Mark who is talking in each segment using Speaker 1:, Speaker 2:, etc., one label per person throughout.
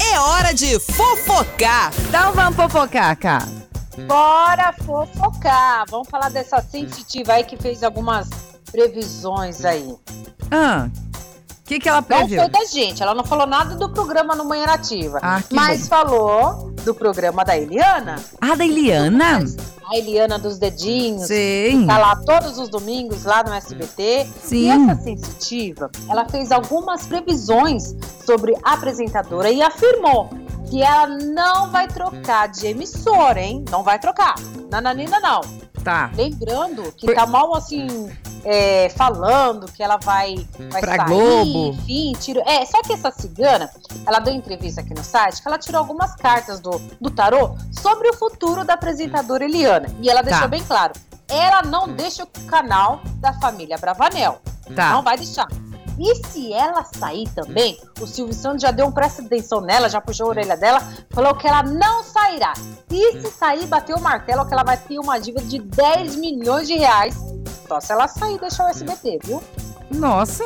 Speaker 1: é hora de fofocar.
Speaker 2: Então vamos fofocar, cara.
Speaker 3: Bora fofocar. Vamos falar dessa sensitiva aí que fez algumas previsões aí.
Speaker 2: Ah, o que, que ela
Speaker 3: Não
Speaker 2: previu?
Speaker 3: foi da gente, ela não falou nada do programa no Manhã Nativa.
Speaker 2: Ah, que
Speaker 3: mas falou do programa da Eliana.
Speaker 2: Ah, da Eliana?
Speaker 3: A Eliana dos Dedinhos.
Speaker 2: Sim.
Speaker 3: Tá lá todos os domingos, lá no SBT. E
Speaker 2: Sim.
Speaker 3: essa sensitiva, ela fez algumas previsões sobre a apresentadora e afirmou que ela não vai trocar de emissora, hein? Não vai trocar. Nananina, não.
Speaker 2: Tá.
Speaker 3: Lembrando que
Speaker 2: Por-
Speaker 3: tá mal assim. é, falando que ela vai, vai
Speaker 2: Pra
Speaker 3: sair,
Speaker 2: Globo.
Speaker 3: enfim, tiro. É, só que essa cigana, ela deu entrevista aqui no site que ela tirou algumas cartas do, do tarô sobre o futuro da apresentadora Eliana. E ela deixou
Speaker 2: Tá. Hum.
Speaker 3: bem claro: ela não deixa o canal da família Bravanel. Não
Speaker 2: Tá.
Speaker 3: vai deixar. E se ela sair também, o Silvio Santos já deu um presta atenção nela, já puxou a orelha dela, falou que ela não sairá. E se sair, bateu o martelo que ela vai ter uma dívida de 10 milhões de reais. Só se ela sair e deixar o SBT, viu?
Speaker 2: Nossa.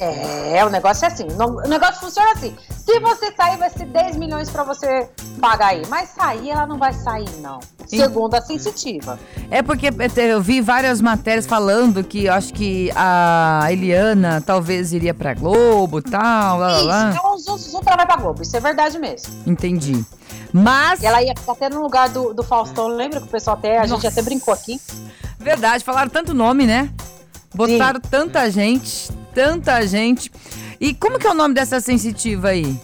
Speaker 3: É, o negócio é assim. não- O negócio funciona assim. Se você sair, vai ser 10 milhões pra você pagar aí. Mas sair, ela não vai sair, não.
Speaker 2: Sim.
Speaker 3: Segundo a sensitiva.
Speaker 2: É porque eu vi várias matérias falando que eu acho que a Eliana talvez iria pra Globo e tal, lá, lá,
Speaker 3: Isso,
Speaker 2: lá.
Speaker 3: então, zum, zum, zum, ela vai pra Globo. Isso é verdade mesmo.
Speaker 2: Entendi. Mas,
Speaker 3: E ela ia ficar até no lugar do, do Faustão, lembra que o pessoal até, a gente
Speaker 2: Nossa.
Speaker 3: até brincou aqui.
Speaker 2: verdade, falaram tanto nome, né? Botaram tanta gente, tanta gente. E como que é o nome dessa sensitiva aí?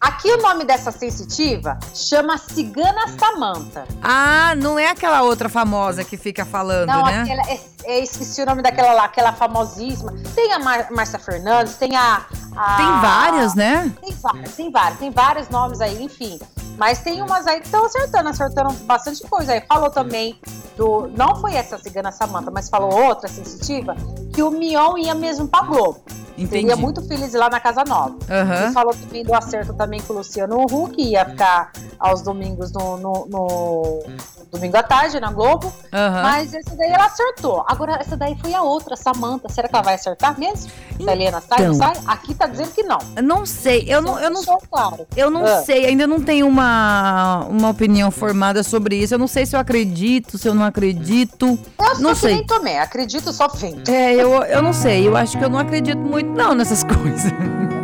Speaker 3: Aqui o nome dessa sensitiva chama Cigana Samanta.
Speaker 2: Ah, não é aquela outra famosa que fica falando,
Speaker 3: Não,
Speaker 2: né?
Speaker 3: aquela, é- é- esqueci o nome daquela lá, aquela famosíssima. Tem a Mar Marcia Fernandes, tem a, a-
Speaker 2: Tem várias, né?
Speaker 3: Tem várias, tem várias, tem vários nomes aí, enfim. Mas tem umas aí que estão acertando, acertando bastante coisa aí. Falou também do. Não foi essa cigana Samanta, mas falou outra sensitiva, que o Mion ia mesmo pra Globo.
Speaker 2: Entendi.
Speaker 3: Seria muito feliz lá na Casa Nova.
Speaker 2: Aham.
Speaker 3: E falou também do acerto também com o Luciano Huck, ia ficar aos domingos no, no- no- domingo à tarde na Globo.
Speaker 2: Aham.
Speaker 3: Mas essa daí ela acertou. Agora, essa daí foi a outra, Samanta. Será que ela vai acertar mesmo? Se a Helena sai, não
Speaker 2: Então.
Speaker 3: sai? Aqui tá dizendo que não.
Speaker 2: Eu Não sei, eu não, eu não,
Speaker 3: sou claro.
Speaker 2: eu não
Speaker 3: Ah.
Speaker 2: sei, ainda não tenho uma, uma opinião formada sobre isso. Eu não sei se eu acredito, se eu não acredito.
Speaker 3: Eu sou
Speaker 2: Não
Speaker 3: que
Speaker 2: sei.
Speaker 3: nem Tomé, acredito só vendo.
Speaker 2: É, eu, eu não sei, eu acho que eu não acredito muito não nessas coisas.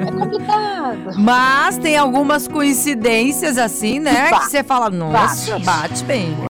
Speaker 3: É complicado.
Speaker 2: Mas tem algumas coincidências assim, né?
Speaker 3: Bate.
Speaker 2: Que você fala, nossa, bate bem.